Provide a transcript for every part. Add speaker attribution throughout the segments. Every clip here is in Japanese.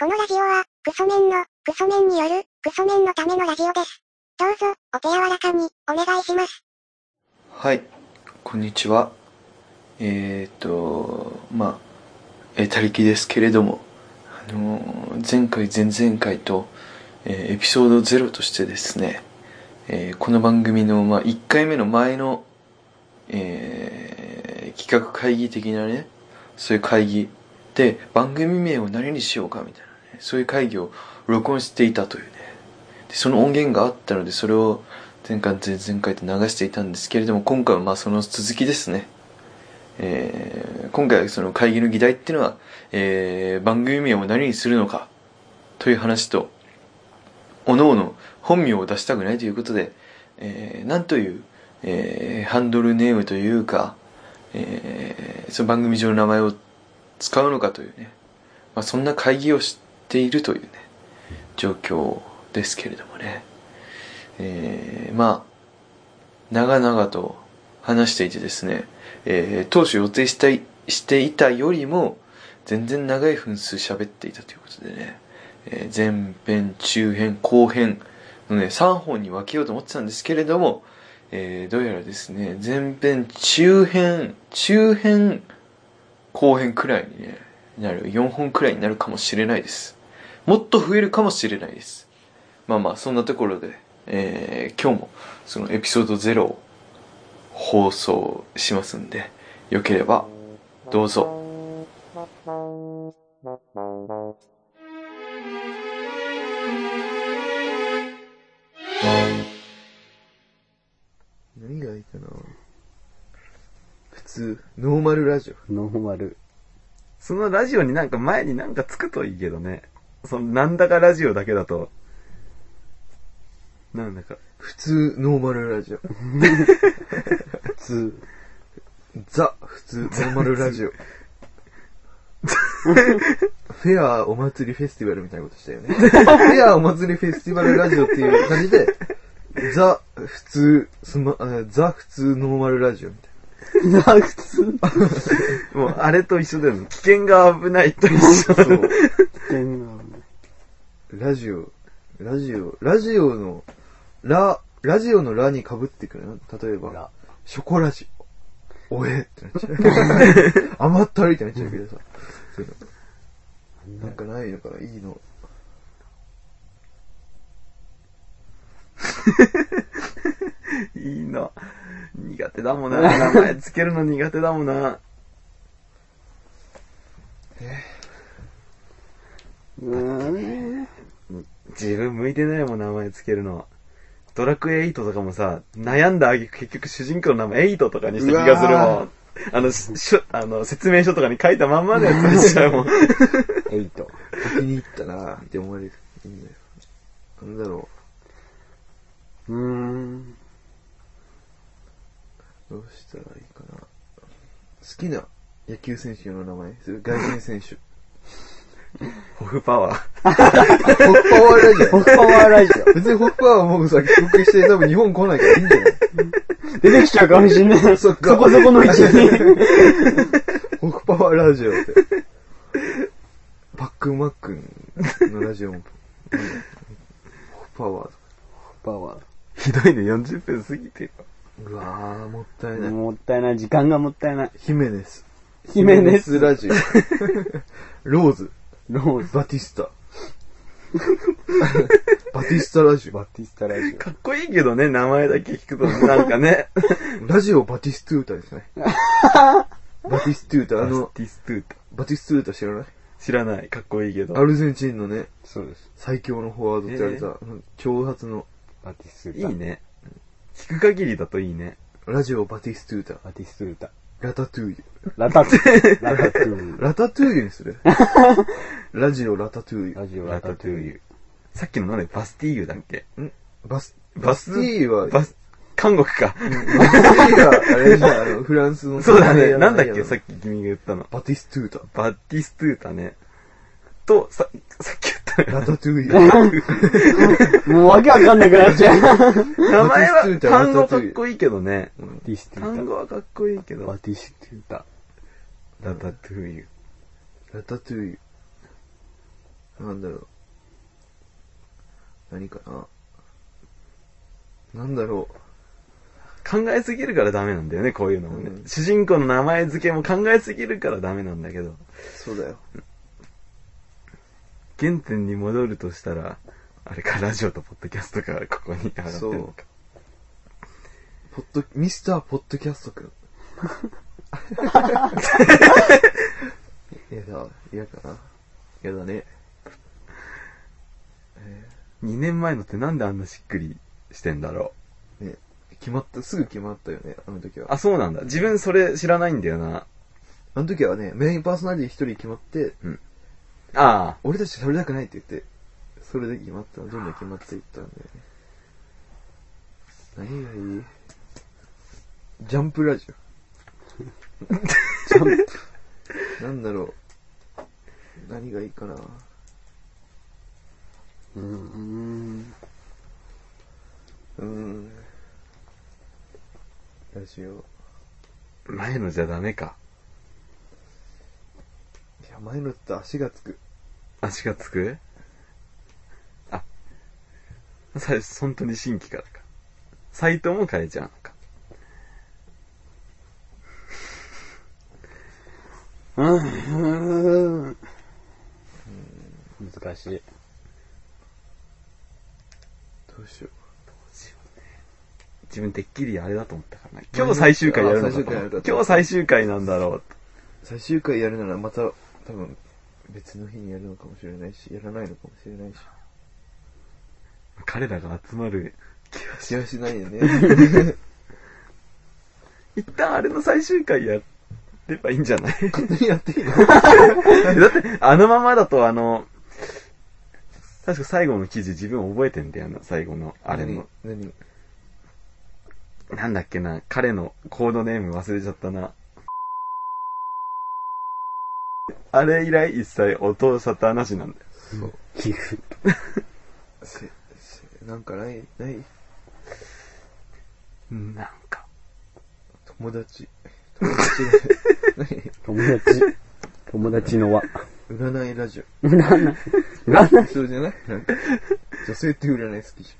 Speaker 1: このラジオは、クソメンの、クソメンによる、クソメンのためのラジオです。どうぞ、お手柔らかに、お願いします。
Speaker 2: はい、こんにちは。えー、っと、まあ、えー、たりきですけれども、あのー前回、前々回と、えーエピソード0としてですね、えーこの番組の、まあ、1回目の前の、えー企画会議的なね、そういう会議で、番組名を何にしようかみたいなね、そういう会議を録音していたというね、でその音源があったので、それを前回、前々回と流していたんですけれども、今回はまあその続きですね。えー今回はその会議の議題っていうのは、えー番組名を何にするのかという話と、各々本名を出したくないということで、えーなんという、えーハンドルネームというか、えーその番組上の名前を使うのかというね、まあ、そんな会議をしているというね、状況ですけれどもね。えーまあ、長々と話していてですね、えー当初予定したい、していたよりも、全然長い分数喋っていたということでね、えー前編、中編、後編のね、3本に分けようと思ってたんですけれども、えーどうやらですね、前編、中編、中編、後編くらいにね、なる、4本くらいになるかもしれないです。もっと増えるかもしれないです。まあまあ、そんなところで、えー今日も、そのエピソード0を放送しますんで、よければ、どうぞ。何がいいかな普通、ノーマルラジオ。
Speaker 3: ノーマル。そのラジオになんか前になんかつくといいけどね。そのなんだかラジオだけだと。なんだか。
Speaker 2: 普通、ノーマルラジオ。
Speaker 3: 普通。
Speaker 2: ザ、普通、ノーマルラジオ。フェアお祭りフェスティバルみたいなことしたよね。フェアお祭りフェスティバルラジオっていう感じで、ザ、普通、スマ、あザ、普通、ノーマルラジオみたい
Speaker 3: な、 普 通。
Speaker 4: もう、あれと一緒だよね。危険が危ないと一緒。
Speaker 2: そう
Speaker 3: 変なの
Speaker 2: な。ラジオ、ラジオ、ラジオの、ラ、ラジオのラに被ってくるな。例えば、ショコラジオ。おえってなっちゃう。甘ったるいってなっちゃうけどさ。そういうのなんかないのかな、いいの。
Speaker 4: いいな。苦手だもんな。名前つけるの苦手だもんな。
Speaker 3: うん。
Speaker 4: 自分向いてないもん、名前つけるのは。ドラクエ8とかもさ、悩んだ挙句結局主人公の名前8とかにした気がする
Speaker 2: う
Speaker 4: も
Speaker 2: わ
Speaker 4: ん。あの、ししょ、あの、説明書とかに書いたまんまのやつにしちゃ うもん。
Speaker 3: エイト。
Speaker 2: 気に入ったなぁって思われる。いいんだよ。なんだろ
Speaker 3: うーん。
Speaker 2: う。どうしたらいいかな。好きな野球選手の名前それ外人選 手。
Speaker 4: ホフパワ
Speaker 2: ホ
Speaker 4: ー。
Speaker 2: ッパワーラジ
Speaker 3: ホッパワーラジオ。
Speaker 2: オ。別にホッパワーはもうさ、帰国して多分日本来ないからいいんじゃない
Speaker 3: 出てきちゃうかもしれない。
Speaker 2: そっか
Speaker 3: そこそこの位置 に。
Speaker 2: ホッパワーラジオって。 パックンマックンのラジオも。なんだろうホッパワーとか。
Speaker 3: パワ
Speaker 4: ひどいね、40分過ぎてる。
Speaker 2: うわぁ、もったい
Speaker 3: ー。
Speaker 2: ない。
Speaker 3: もったいない。時間がもったいない。
Speaker 2: ヒメネス。
Speaker 3: ヒメネ
Speaker 2: ヒ
Speaker 3: ス。
Speaker 2: ラジオ。 ローズ。
Speaker 3: ローズ。
Speaker 2: バティスタ。 バティスタラジオ。
Speaker 3: バティスタラジ
Speaker 4: かっこいいけどね、名前だけ聞くと、なんかね。
Speaker 2: ラジオバティストゥータです ね。バティストゥータ、あ
Speaker 4: あの
Speaker 2: の、、
Speaker 4: ディストゥータ。
Speaker 2: バティストゥータ知らない
Speaker 4: 知らない。かっこいいけど。
Speaker 2: アルゼンチンのね、
Speaker 3: オ。そうです。
Speaker 2: 最強のフォワードって言われた、挑発の
Speaker 3: バティスタ。
Speaker 4: いい。ね。聞く限りだといいね。
Speaker 2: ラジオバティストゥータ、
Speaker 3: バティスタ。
Speaker 2: ラタトゥーユ。
Speaker 3: ラタトゥー。ラタトゥー。
Speaker 2: ラタトゥーユにす るラジオラタトゥー
Speaker 3: ラジオ
Speaker 4: ラ
Speaker 3: ラ
Speaker 4: タ
Speaker 3: タ
Speaker 4: ト
Speaker 3: ト
Speaker 4: ゥ
Speaker 3: ゥ
Speaker 4: ー
Speaker 3: ー
Speaker 4: ユ。さっきの何バスティーユだっけ
Speaker 2: ユ。んバス、
Speaker 4: バ
Speaker 2: バスティーユは、
Speaker 4: バ
Speaker 2: バス
Speaker 4: ス、韓国か。
Speaker 2: ティーユは、あれじゃんあの、フランスの。
Speaker 4: そうだね。なんだっけさ
Speaker 2: さ
Speaker 4: っき君が言ったの。
Speaker 2: バティストゥータ、
Speaker 4: バティストゥータね。と、さ、さっき言った
Speaker 2: ラ
Speaker 4: の
Speaker 2: タトゥーユ。
Speaker 3: もうわけわかんなくなっちゃう。バ
Speaker 4: 名前
Speaker 2: バティス
Speaker 4: は、
Speaker 2: トゥータ
Speaker 4: 単語かっこいいけどね。
Speaker 3: ティスタ。
Speaker 4: 単語はかっこいいけど
Speaker 3: バ。ティスタ。
Speaker 4: ラタトゥーユ。
Speaker 2: ラタトゥーユ。
Speaker 3: なんだろう。何かな。なんだろ
Speaker 4: 考えすぎるからダメなんだよね、こういうのもね。
Speaker 3: うん
Speaker 4: 主人公の名前付けも考えすぎるからダメなんだけど。
Speaker 3: う。そうだよ。
Speaker 4: 原点に戻るとしたら、あれか、ラジオとポッドキャストからここに上がってるのか。
Speaker 3: ポッド、ミスターポッドキャスト くん。やだ、嫌かな。やだね。
Speaker 4: 2年前のってなんであんなしっくりしてんだろ
Speaker 3: ね。決まった、すぐ決まったよね、あの時
Speaker 4: う。
Speaker 3: は。
Speaker 4: あ、そうなんだ。自分それ知らないんだよな。
Speaker 3: あの時はね、メインパーソナリティ一人決まって、
Speaker 4: ああ。
Speaker 3: 俺たち喋りたくないって言って、それで決まった、どんどん決まっていったんだよね。何がいいジャンプラジオ。ジャンプ。 なんだろう。何がいいかな。
Speaker 5: うん。
Speaker 3: うーん。ラジオ。い
Speaker 4: 前のじゃダメか。
Speaker 3: や、前のって足がつく。
Speaker 4: 足がつくあ。最初、本当に新規からか。サイトも変えちゃうのか。
Speaker 5: うん。難しい。
Speaker 3: どうしよ
Speaker 4: 自分てっきりあれだと思ったからな。今日最終回やるの
Speaker 3: あ最終回や
Speaker 4: か
Speaker 3: る
Speaker 4: と
Speaker 3: だ
Speaker 4: 思っ
Speaker 3: と
Speaker 4: た。今日最終回なんだろうと。
Speaker 3: う。最終回やるならまた、多分、別の日にやるのかもしれないし、やらないのかもしれないし。
Speaker 4: 彼らが集まる。
Speaker 3: 気はしないよね。
Speaker 4: 一旦あれの最終回やればいいんじゃない
Speaker 3: 勝手にやっていいの
Speaker 4: だって、あのままだとあの、確か最後の記事自分覚えてんだよな、最後の、あれの。
Speaker 3: 何何
Speaker 4: なんだっけな、彼のコードネーム忘れちゃったな。あれ以来一切音を沙汰なしなんだよ。
Speaker 5: 寄付。
Speaker 3: せ、せ、なんかない、ない
Speaker 4: なんか、
Speaker 3: 友達。友達で。
Speaker 5: 友達。友達の輪。
Speaker 3: 何占いラジ
Speaker 5: 占い。占い。
Speaker 3: オ。そうじゃないなんか、女性って占い好きじ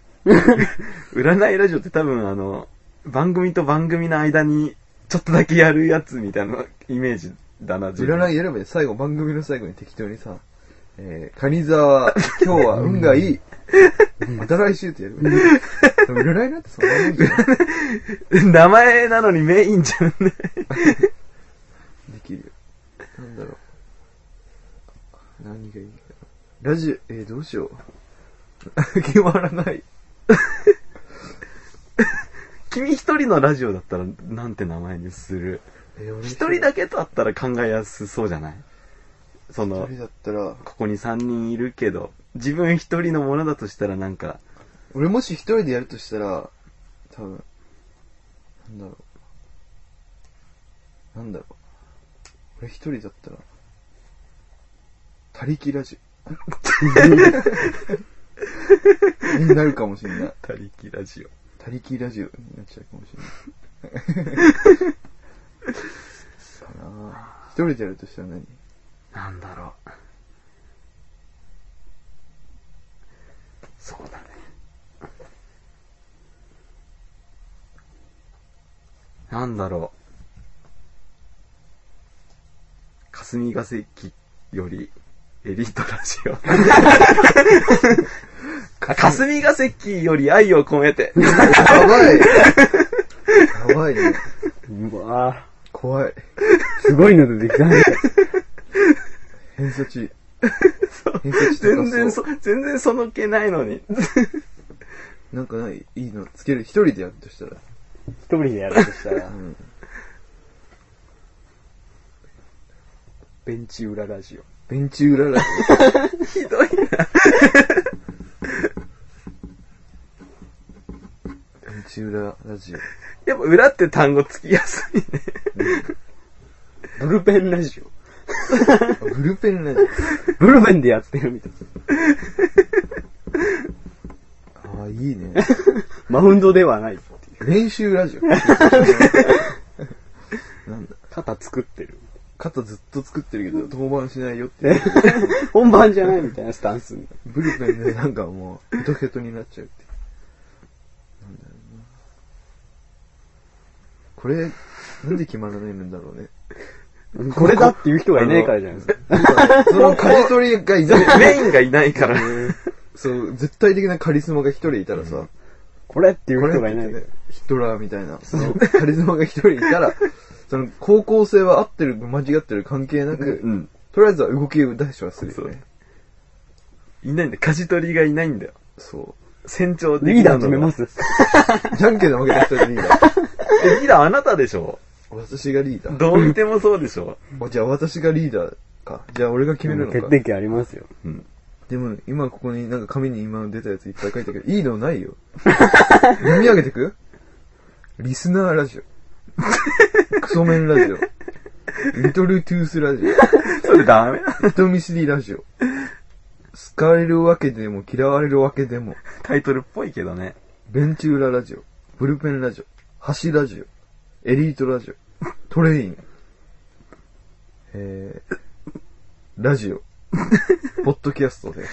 Speaker 4: 占いラジオって多分あの、番組と番組の間にちょっとだけやるやつみたいなイメージだな、
Speaker 3: ゃん。占いやればいい。最後、番組の最後に適当にさ、えー、カニザワ、今日は運がいい。また来週ってやればいい。でも占いなんてそんなもんじゃない
Speaker 4: 名前なのにメインじゃんね。
Speaker 3: できるよ。なんだろう。何がいいかな。ラジオ、えー、どうしよう。 決まらない。
Speaker 4: 君一人のラジオだったらなんて名前にする
Speaker 3: えー、俺
Speaker 4: 一人だけだったら考えやすそうじゃないそ
Speaker 3: 一
Speaker 4: の、
Speaker 3: 人だったら、
Speaker 4: ここに3人いるけど、自分一人のものだとしたらなんか、
Speaker 3: 俺もし一人でやるとしたら、多分、なんだろう。なんだろう。俺一人だったら、他力ラジ オ。になるかもしれない。
Speaker 4: 他力ラジオ。
Speaker 3: 他力ラジオになっちゃうかもしれない。かなぁ。一人でやるとしたら何
Speaker 4: なんだろう。そうだね。なんだろう。霞が関よりエリートラジ オ。あ霞が関より愛を込めて。
Speaker 3: やばいやばいね。
Speaker 5: うわぁ。
Speaker 3: 怖い。
Speaker 5: すごいの出てきたね。
Speaker 3: 偏差値。偏差値高そう
Speaker 4: 全然そ、全然その気ないのに。
Speaker 3: なんかないいいのつける。一人でやるとしたら。
Speaker 5: 一人でやるとしたら
Speaker 3: う、ん。
Speaker 5: ベンチ裏ラジオ。
Speaker 3: ベンチ裏ラ ジ
Speaker 4: ひどいな。
Speaker 3: オ。ベンチ裏ラジオ。
Speaker 4: やっぱ裏って単語つきやすいね。
Speaker 5: ブルペンラジオ。
Speaker 3: あブルペンラジ
Speaker 5: ブルペンでやってるみたいな。
Speaker 3: オ。ああ、いいね。
Speaker 5: マウンドではないっていう。
Speaker 3: 練習ラジオ。なんだ。
Speaker 5: 肩作ってる。
Speaker 3: 肩ずっと作ってるけど、登板しないよって。
Speaker 5: 本番じゃないみたいなスタン ス。
Speaker 3: ブルペンでなんかもう、ヘトヘトになっちゃうって。なんだろうな。これ、なんで決まらないんだろうね。
Speaker 5: これだっていう人がいねえからじゃないですか。
Speaker 3: その舵取りがいない。
Speaker 4: メインがいないから。
Speaker 3: そう、絶対的なカリスマが一人いたらさ、
Speaker 5: これってい
Speaker 3: こ
Speaker 5: う
Speaker 3: れ
Speaker 5: 人
Speaker 3: っ
Speaker 5: が
Speaker 3: て
Speaker 5: いない。
Speaker 3: ねヒトラーみたいな、そのカリスマが一人いたら、その高校生は合ってる、間違ってる関係なく、
Speaker 4: うん。
Speaker 3: とりあえずは動きを出しはするよね。
Speaker 4: いないんだよ。舵取りがいないんだよ。
Speaker 3: そ
Speaker 4: 船長的なのが
Speaker 5: リーダー決めます。
Speaker 3: う。じゃんけんで負けた人がリーダー。
Speaker 4: え、リーダーあなたでしょ
Speaker 3: 私がリーダー。
Speaker 4: どう見てもそうでしょ
Speaker 3: あじゃあ私がリーダーか。じゃあ俺が決めるの
Speaker 5: 決
Speaker 3: か。
Speaker 5: 定権ありますよ。
Speaker 3: でも今ここになんか紙に今出たやついっぱい書いたけど、いいのないよ。 読み上げてくリスナーラジオ。クソメンラジオ。リトルトゥースラジオ。
Speaker 4: それダメな
Speaker 3: 人見知りラジオ。好かれるわけでも嫌われるわけでも、
Speaker 4: タイトルっぽいけどね。
Speaker 3: ベンチ裏ラジオ、ブルペンラジオ、橋ラジオ、エリートラジオ、トレイン、えー、ラジオ、ポッドキャストで。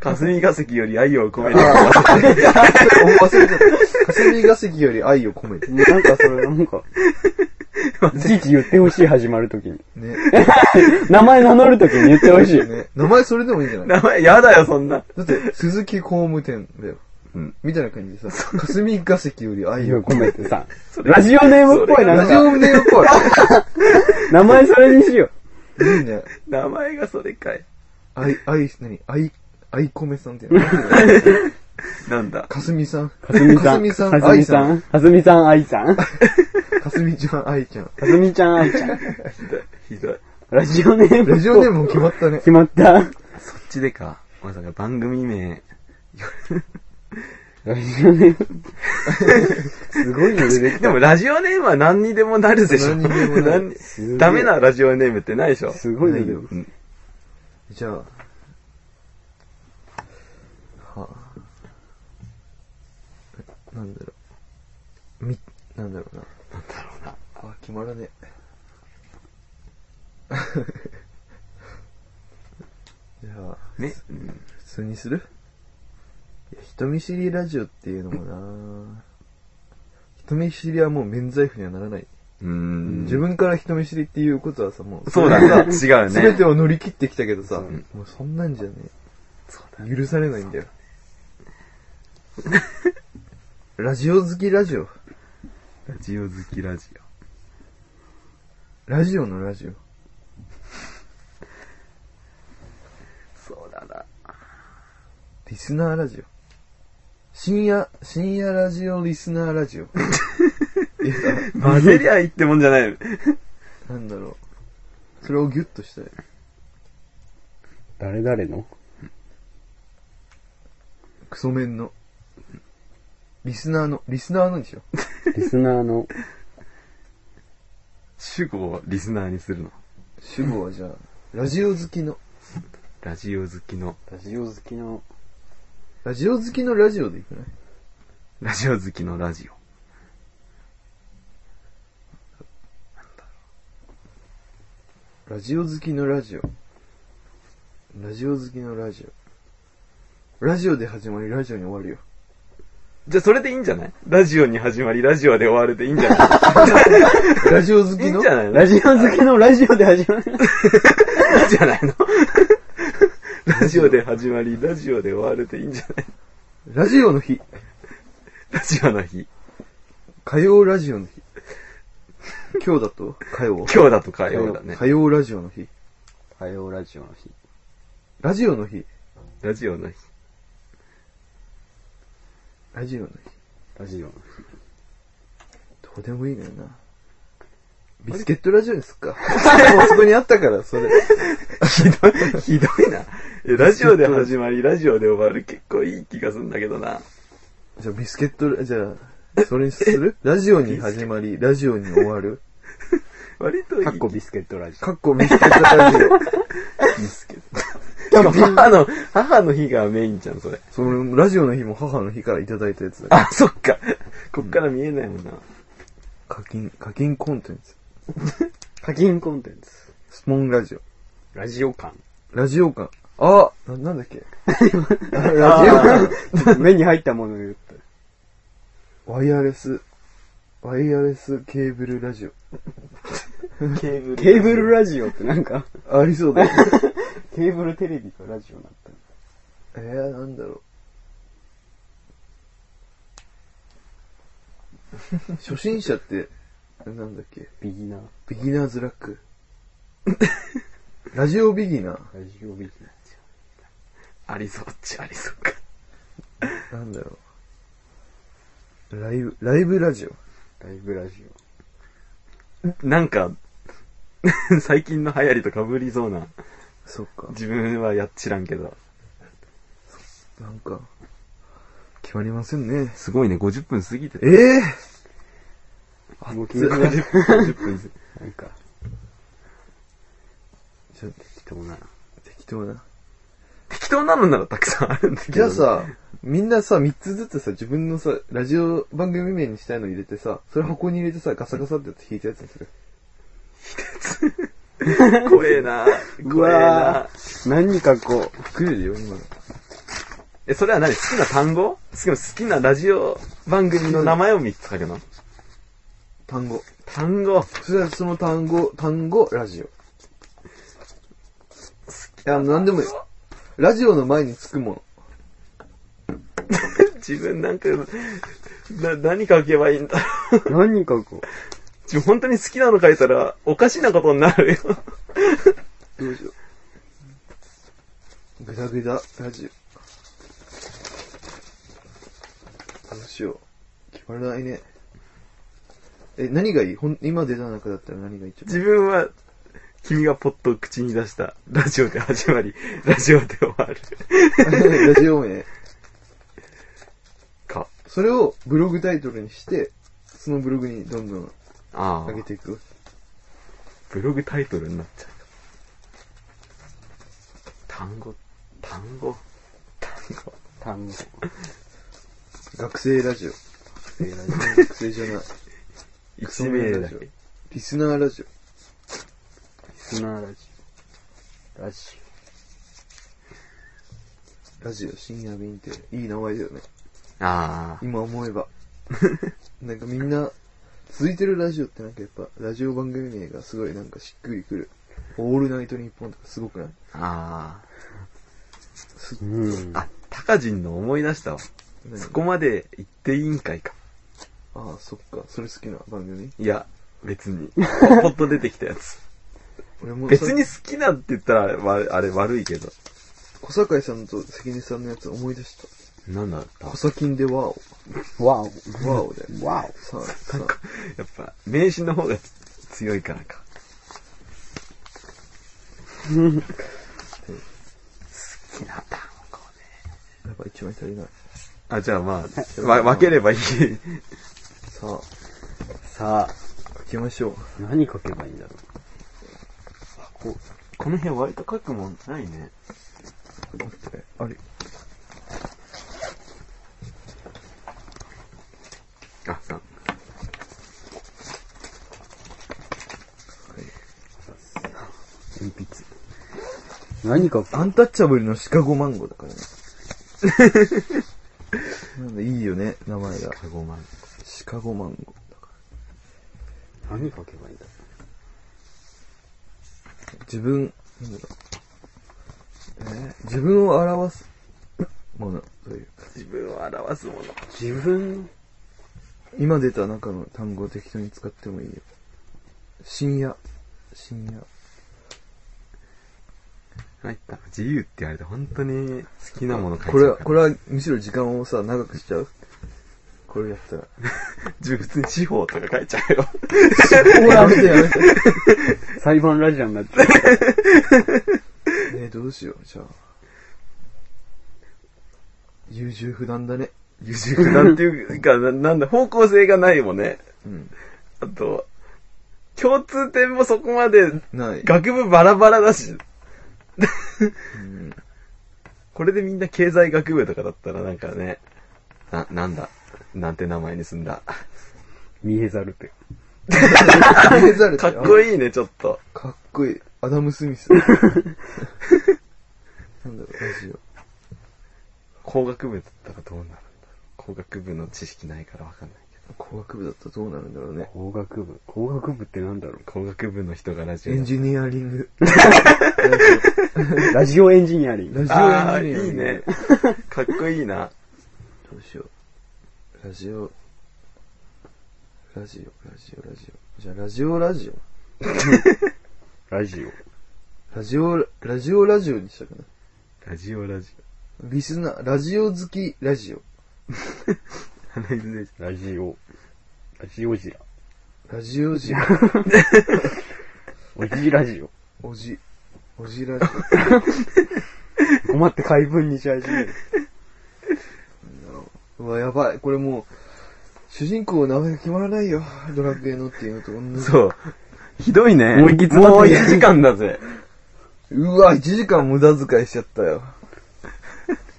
Speaker 4: 霞が関より愛を込めて。
Speaker 3: 忘れちゃった。霞が関より愛を込めて。
Speaker 5: なんかそれ、なん か、いちいち言ってほしい始まるときに。
Speaker 3: ね。
Speaker 5: 名前名乗るときに言ってほしい。
Speaker 3: ね。名前それでもいいんじゃない
Speaker 4: 名前、やだよ、そんな。
Speaker 3: だって、鈴木工務店だよ。
Speaker 4: うん
Speaker 3: みたいな感じでさ、霞が関より愛
Speaker 5: 意を
Speaker 3: を込め
Speaker 5: 込めてさ、ラジオネームっぽい
Speaker 3: て。
Speaker 5: な、
Speaker 3: ラ
Speaker 5: なん
Speaker 3: ジオ
Speaker 5: か、
Speaker 3: ネームっぽい。
Speaker 5: 名前それにしよ
Speaker 3: いいね。
Speaker 4: 名前がそれかい。
Speaker 3: 愛、愛、何愛、愛米さんっ て何
Speaker 4: なんだ。
Speaker 3: かすみさん。
Speaker 5: う。かす みさ
Speaker 3: かす
Speaker 5: ん、
Speaker 3: みさん
Speaker 5: かすみさん、かすみさん、あいさん、か
Speaker 3: かすみちゃん、愛ちゃん。
Speaker 5: すみちゃん、あいちゃん。
Speaker 4: ひどい。ひどい。こ
Speaker 5: ラジオネーム。
Speaker 3: ラジオネームも決まったね。
Speaker 5: 決ま った。
Speaker 4: っちでか。まさか番組名。
Speaker 5: ラジオネーム。 すごいの出てき
Speaker 4: で
Speaker 5: た。
Speaker 4: もラジオネームは何にでもなるでしょ。
Speaker 3: 何にでもなる
Speaker 4: 何に
Speaker 5: すげえ
Speaker 4: ダメなラジオネームってないでしょ。
Speaker 5: すごいの出てき
Speaker 4: うん
Speaker 3: じゃあ。はあ、なんだろう。み、なんだろうな。なんだろうな。あ、決まらねえ。 じゃあ、
Speaker 4: ね。うん
Speaker 3: 普通にするいや人見知りラジオっていうのもな人見知りはもう免罪符にはならない。
Speaker 4: うん。
Speaker 3: 自分から人見知りっていうことはさ、もう、
Speaker 4: そうだね。違う
Speaker 3: すべて
Speaker 4: ね。
Speaker 3: を乗り切ってきたけどさ、
Speaker 5: ん
Speaker 3: もうそんなんじゃね許されないんだよ。ラジオ好きラジオ。
Speaker 4: ラジオ好きラジ
Speaker 3: ラジオのラジオ。
Speaker 4: オ。そうだな。
Speaker 3: リスナーラジオ。深夜、深夜ラジオリスナーラ ジオ。いや
Speaker 4: 混ぜりゃいいってもんじゃない。
Speaker 3: なんだろう。それをギュッとしたい。
Speaker 5: 誰々 の
Speaker 3: クソメンの。リスナーの、リスナーのでしょ。
Speaker 5: リスナーの、
Speaker 4: 主語をリスナーにするの。
Speaker 3: 主語はじゃあ、ラジオ好きの。
Speaker 4: ラジオ好きの。
Speaker 5: ラジオ好きの、
Speaker 3: ラジオ好きのラジオでいくない
Speaker 4: ラジオ好きのラジオ。
Speaker 3: ラジオ好きのラジオ。ラジオ好きのラジオ。ラジオで始まり、ラジオに終わるよ。
Speaker 4: じゃあそれでいいんじゃないラジオに始まり、ラジオで終わるでいいんじゃな
Speaker 3: ラジオ好
Speaker 4: いい
Speaker 3: き
Speaker 4: いん
Speaker 3: の
Speaker 4: じゃないのい
Speaker 5: ラジオ好きのラジオで始まる。
Speaker 4: いんじゃないのラジオで始まり、ラジオで終わるでいいんじゃない
Speaker 3: ラジオの日。
Speaker 4: ラジオの日。
Speaker 3: 火曜ラジオの日。今日だと火曜。
Speaker 4: 今日だと火曜だね。
Speaker 3: 火曜ラジオの日。
Speaker 5: 火曜ラジオの日。
Speaker 3: ラジオの日。
Speaker 4: ラジオの日。
Speaker 3: ラジオの日。
Speaker 5: ラジオの日。
Speaker 3: どうでもいいのよな。ビスケットラジオにすっか。もうそこにあったから、それ。
Speaker 4: ひどいな。えラジオで始まり、ラジオで終わる。結構いい気がするんだけどな。
Speaker 3: じゃあビスケットラ、じゃあ、それにするラジオに始まり、ラジオに終わる。
Speaker 4: 割といい。
Speaker 5: カッコビスケットラジ
Speaker 3: かっこビスケットラジオ。
Speaker 4: ですけど。母の、母の日がメインじゃん、それ。
Speaker 3: その、ラジオの日も母の日からいただいたやつだから。
Speaker 4: あ、そっか。こっから見えないもんな。
Speaker 3: 課金、課金コンテンツ。
Speaker 5: オ。課金コンテンツ。
Speaker 3: スポンラジオ。
Speaker 5: ラジオ感。
Speaker 3: ラジオ感。あな、なんだ っけラジオ
Speaker 5: ラ
Speaker 3: 感。
Speaker 5: ジオ感。目に入ったものを言った。
Speaker 3: ワイヤレス、ワイヤレスケーブルラジオ。
Speaker 4: ケーブル。
Speaker 5: ケーブルラジオってなんか、
Speaker 3: ありそうだよ。
Speaker 5: ケーブルテレビがラジオになったの
Speaker 3: えー、なんだろ う。初心者って、なんだっけ
Speaker 5: ビギナー。
Speaker 3: ビギナーズラック。ラジオビギナ
Speaker 5: ラジオビギナーですよ。
Speaker 4: ありそうっちありそうか。
Speaker 3: ーなんだろう。ライブ、ライブラジオ。
Speaker 5: ライブラジオ。
Speaker 4: なんか、 最近の流行りとかぶりそうな。
Speaker 3: そっか。
Speaker 4: 自分はやっちらんけど。
Speaker 3: なんか、決まりませんね。
Speaker 4: すごいね、50分過ぎて
Speaker 3: ええ
Speaker 5: 動き
Speaker 3: ー、
Speaker 5: な
Speaker 3: な
Speaker 5: が、
Speaker 3: んから
Speaker 4: 50分過ぎ。
Speaker 5: なんか、
Speaker 3: ちょっと
Speaker 5: 適当な。
Speaker 3: 適当な。
Speaker 4: 適当なのならたくさんあるんだけど。
Speaker 3: じゃあ、さ、みんなさ、3つずつさ、自分のさ、ラジオ番組名にしたいの入れてさ、それ箱に入れてさ、ガサガサってやって弾いたやつにする。
Speaker 4: 怖え な
Speaker 5: う
Speaker 4: 怖えな
Speaker 5: わぁ、何かこう、
Speaker 3: 作れるよ、今の。
Speaker 4: え、それは何好きな単語しかも好きなラジオ番組の名前を3つ書くの
Speaker 3: 単語。
Speaker 4: 単語。
Speaker 3: それはその単語、単語、ラジオ。いや、なんでもいい。ラジオの前につくもの。
Speaker 4: 自分なんか、な、何書けばいいんだろう。
Speaker 5: 何かこ
Speaker 4: 自分本当に好きなの書いたら、おかしなことになるよ。
Speaker 3: どうしよう。ぐだぐだ、ラジオ。どうしよう。決まらないね。え、何がいいほん、今出た中だったら何が一番
Speaker 4: 自分は、君がポッと口に出した、ラジオで始まり、ラジオで終わる。
Speaker 3: ラジオ名。
Speaker 4: か。
Speaker 3: それをブログタイトルにして、そのブログにどんどん
Speaker 4: ああ
Speaker 3: 上。げていく。
Speaker 4: ブログタイトルになっちゃう。単語、単語、単語。
Speaker 5: う、単語。
Speaker 3: 学生ラジオ。
Speaker 5: ラジ
Speaker 3: 学生じゃない。
Speaker 4: 一名だけ。
Speaker 3: リスナーラジオ。
Speaker 5: オ、リスナーラジオ。ラジ
Speaker 3: ラジオ深夜便っていい名前だよね。
Speaker 4: ああ。
Speaker 3: 今思えば。 なんかみんな、続いてるラジオってなんかやっぱ、ラジオ番組名がすごいなんかしっくりくる。オールナイトニッポンとかすごくない
Speaker 4: あ
Speaker 5: オ。うん
Speaker 4: あ。。あ、タカジンの思い出したわ。
Speaker 3: 何
Speaker 4: そこまで言っていいんかいか。
Speaker 3: ああ、そっか。それ好きな番組
Speaker 4: いや、別 に。ポッと出てきたやつ。
Speaker 3: 俺も
Speaker 4: 別に好きなって言ったら、わあれ悪いけど。
Speaker 3: 小堺さんと関根さんのやつ思い出した。
Speaker 4: なんだった
Speaker 3: 小崎んでワオ。ワ
Speaker 5: わお。
Speaker 3: オだよ。
Speaker 5: わお。
Speaker 3: さあ、さあ。
Speaker 4: やっぱ、名詞の方が強いからか。好きな単語ね。
Speaker 3: やっぱ一枚足りない。
Speaker 4: あ、じゃあ まあ、わ分ければいい。
Speaker 3: さあ、
Speaker 5: さあ、
Speaker 3: 書きましょう。
Speaker 5: 何書けばいいんだろ
Speaker 4: ここの辺割と書くもんないね。
Speaker 3: 待って、あれ、
Speaker 4: あ、さ、
Speaker 5: う。鉛筆。何書く
Speaker 3: アンタッチャブルのシカゴマンゴーだから ね。なんだ、いいよね、名前が。
Speaker 4: カゴマン。
Speaker 3: シカゴマンゴーだか
Speaker 5: 何書けばいいんだろ
Speaker 3: ら。自分、なんだろう。えー自分を表すもの、そういう。
Speaker 4: 自分を表すもの。
Speaker 5: う。自分
Speaker 3: 今出た中の単語を適当に使ってもいいよ。深夜、深夜。
Speaker 4: 入った。自由って言われて本当に好きなもの書いて
Speaker 3: これは、これはむしろ時間をさ、長くしちゃうこれやったら。
Speaker 4: 自分普通に司法とか書いちゃうよ。
Speaker 3: おやめてやめて。
Speaker 5: 裁判ラジオになってる。
Speaker 3: えー、どうしよう、じゃあ。優柔不断だね。
Speaker 4: 優柔不断っていうか、ななんだ、方向性がないもんね。
Speaker 3: うん。
Speaker 4: あと、共通点もそこまで、
Speaker 3: ない。
Speaker 4: 学部バラバラだし、
Speaker 3: うん
Speaker 4: これでみんな経済学部とかだったらなんかね、な、なんだ、なんて名前にすんだ。
Speaker 5: 見えざるペ。
Speaker 3: 見えざる
Speaker 4: かっこ
Speaker 3: いい。
Speaker 4: いいね、ちょっと。
Speaker 3: かっこいい。アダム・ス ミス。なんだろう、ラジオ。
Speaker 4: 工学部だったらどうなるんだろう。工学部の知識ないからわかんないけ
Speaker 3: 工学部だったらどうなるんだろうね。
Speaker 5: 工学部。工学部ってなんだろ
Speaker 4: ど。工学部の人がラジオ
Speaker 3: エ
Speaker 4: だ
Speaker 3: ンジニアリング。
Speaker 5: う。ラジオエンジニアリン
Speaker 3: ラ
Speaker 5: グ。
Speaker 3: ジ
Speaker 4: あ
Speaker 3: オ
Speaker 4: あ
Speaker 3: エンジニアリ
Speaker 4: ー、いい
Speaker 3: ング。
Speaker 4: ね。かっこいいな。
Speaker 3: どうしよう。ラジオ。ラジオ、ラジオ、ラジオ。じゃあ、ラジオ、ラジオ。
Speaker 5: ラジオ。
Speaker 3: ラジオ、ラジオ、ラジオにしたかな。
Speaker 4: ラジオラジ
Speaker 3: リスナー、ラジオ好き、ラジオ。
Speaker 4: オ。花泉で
Speaker 5: ラジオ。ラジオジラ。
Speaker 3: ラジオじ、
Speaker 5: おじラジオ。
Speaker 3: おじ、おじラジ
Speaker 5: 困って怪文にし始める。
Speaker 3: オ。うわ、やばい。これもう、主人公の名前が決まらないよ。ドラクエのっていうのと同じ。
Speaker 4: そう。ひどいね。
Speaker 5: もう行き詰まってる
Speaker 4: もう1時間だぜ。
Speaker 3: うわ、1時間無駄遣いしちゃったよ。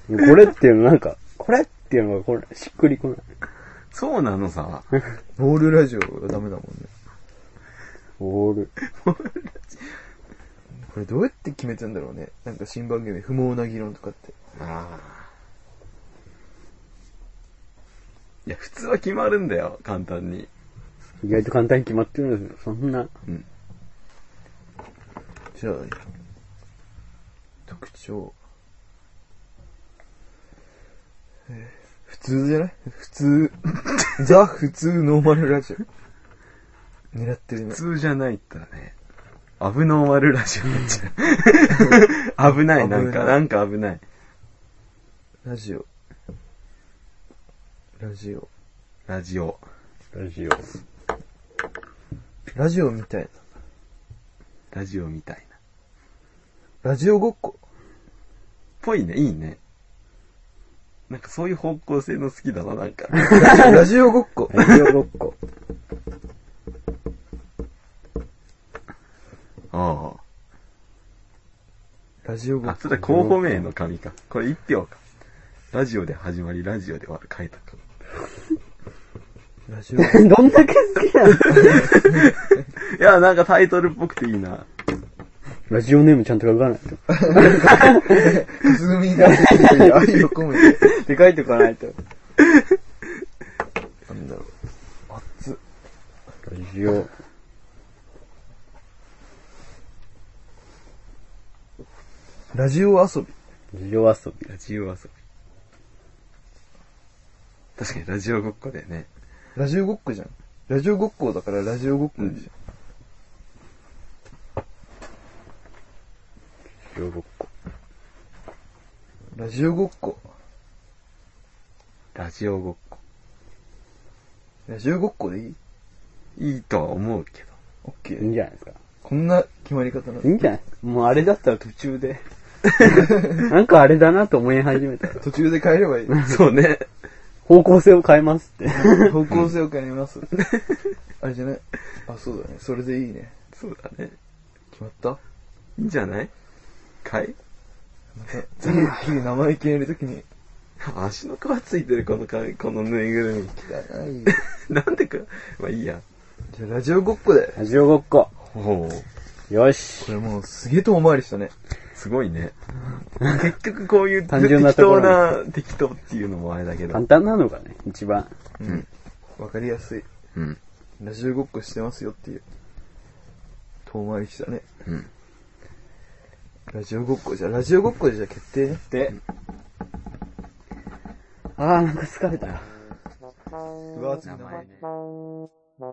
Speaker 5: これっていうのなんか、これっていうのがこれ、しっくりこない。
Speaker 4: そうなのさ。
Speaker 3: ボールラジオはダメだもんね。
Speaker 5: オール。
Speaker 3: これどうやって決めてんだろうね。なんか新番組、不毛な議論とかって。
Speaker 4: あーいや、普通は決まるんだよ、簡単に。
Speaker 5: 意外と簡単に決まってるんですよ。そんな。
Speaker 3: じゃあ、特徴。えー普通じゃない普通。 ザ・普通ノーマルラジオ。狙ってるね
Speaker 4: 普。通じゃないったらね、アブノーマルラジオになっち ゃう。危ない、なん
Speaker 3: 危な
Speaker 4: か、
Speaker 3: い
Speaker 4: なんか危ない。
Speaker 3: ラジオ。ラジオ。
Speaker 4: ラジオ。
Speaker 5: ラジオ。
Speaker 3: ラジオみたいな。
Speaker 4: ラジオみたいな。
Speaker 3: ラジオごっこ。
Speaker 4: ぽいね、いいね。なんかそういう方向性の好きだな、なん か。
Speaker 3: ラジオごっこ。
Speaker 5: ラジオごっこ。
Speaker 4: あ
Speaker 3: ラジオご
Speaker 4: あ。あ
Speaker 3: っ、
Speaker 4: それ候補名の紙か。これ一票か。ラジオで始まり、ラジオで終わる書いたか。
Speaker 3: こ。ラジオごっ
Speaker 5: どんだけ好きなの
Speaker 4: いや、なんかタイトルっぽくていいな。
Speaker 5: ラジオネームちゃんと書かないと。
Speaker 3: こ。くすみが出てくる愛を込めて。
Speaker 5: で書いておかないと。
Speaker 3: なんだろう。熱っ。
Speaker 5: ラジオ。
Speaker 3: ラジオ遊び。
Speaker 5: ラジオ遊び。
Speaker 4: ラジオ遊び。確かにラジオごっこだよね。
Speaker 3: ラジオごっこじゃん。ラジオごっこだからラジオごっこでしょ。
Speaker 5: ラジオごっこ。
Speaker 3: ラジオごっこ。
Speaker 4: ラジオごっこ。
Speaker 3: ラジオごっこでいい
Speaker 4: いいとは思うけど。
Speaker 3: オッケ
Speaker 5: いいん
Speaker 3: ー。
Speaker 5: じゃないですか。
Speaker 3: こんな決まり方なの
Speaker 5: いいんじゃないもうあれだったら途中で。 なんかあれだなと思い始めた。
Speaker 3: 途中で変えればいい。
Speaker 4: そうね。
Speaker 5: 方向性を変えます って。
Speaker 3: 方向性を変え ます。あれじゃないあ、そうだね。それでいいね。
Speaker 4: そうだね。
Speaker 3: 決まった
Speaker 4: いいんじゃないかい
Speaker 3: 次、次生意気やるときに。
Speaker 4: 足の皮ついてる、このか、このぬいぐるみ。
Speaker 3: 汚いよ。
Speaker 4: なんでか、まあいいや。
Speaker 3: じゃあラジオごっこで。
Speaker 5: ラジオごっこ。
Speaker 4: ほう。
Speaker 5: よし
Speaker 3: こ。れもうすげえ遠回りしたね。
Speaker 4: すごいね。結局こういう
Speaker 5: 単純な
Speaker 4: 適
Speaker 5: と
Speaker 4: 当
Speaker 5: ころ
Speaker 4: な、適当っていうのもあれだけ
Speaker 5: 簡
Speaker 4: ど。
Speaker 5: 単なのがね、一番。
Speaker 3: わかりやすい。
Speaker 4: うん。
Speaker 3: ラジオごっこしてますよっていう。遠回りしたね。
Speaker 4: うん。
Speaker 3: ラジオごっこ。じゃあラジオごっこでじゃあ決定ね。
Speaker 5: で、あーなんか疲れた。
Speaker 3: うわ、次名前。
Speaker 4: ね。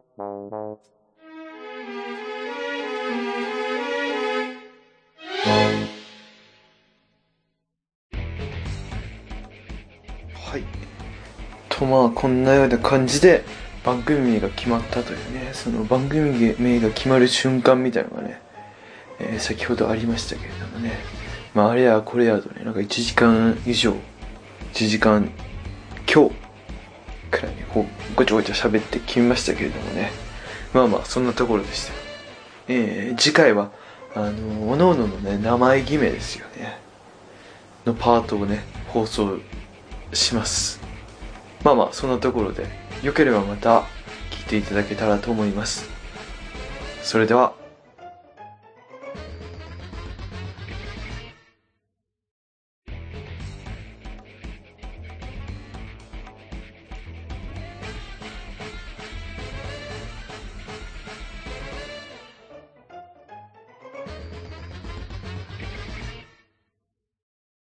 Speaker 2: はい。とまあこんなような感じで番組名が決まったというねその番組名が決まる瞬間みたいなのがね、えー先ほどありましたけれどもねまああれやこれやとねなんか1時間以上1時間今日くらいねこうごちゃごちゃ喋ってきましたけれどもねまあまあそんなところでした、えー次回はあのおのおののね名前決めですよねのパートをね放送しますまあまあそんなところでよければまた聞いていただけたらと思いますそれでは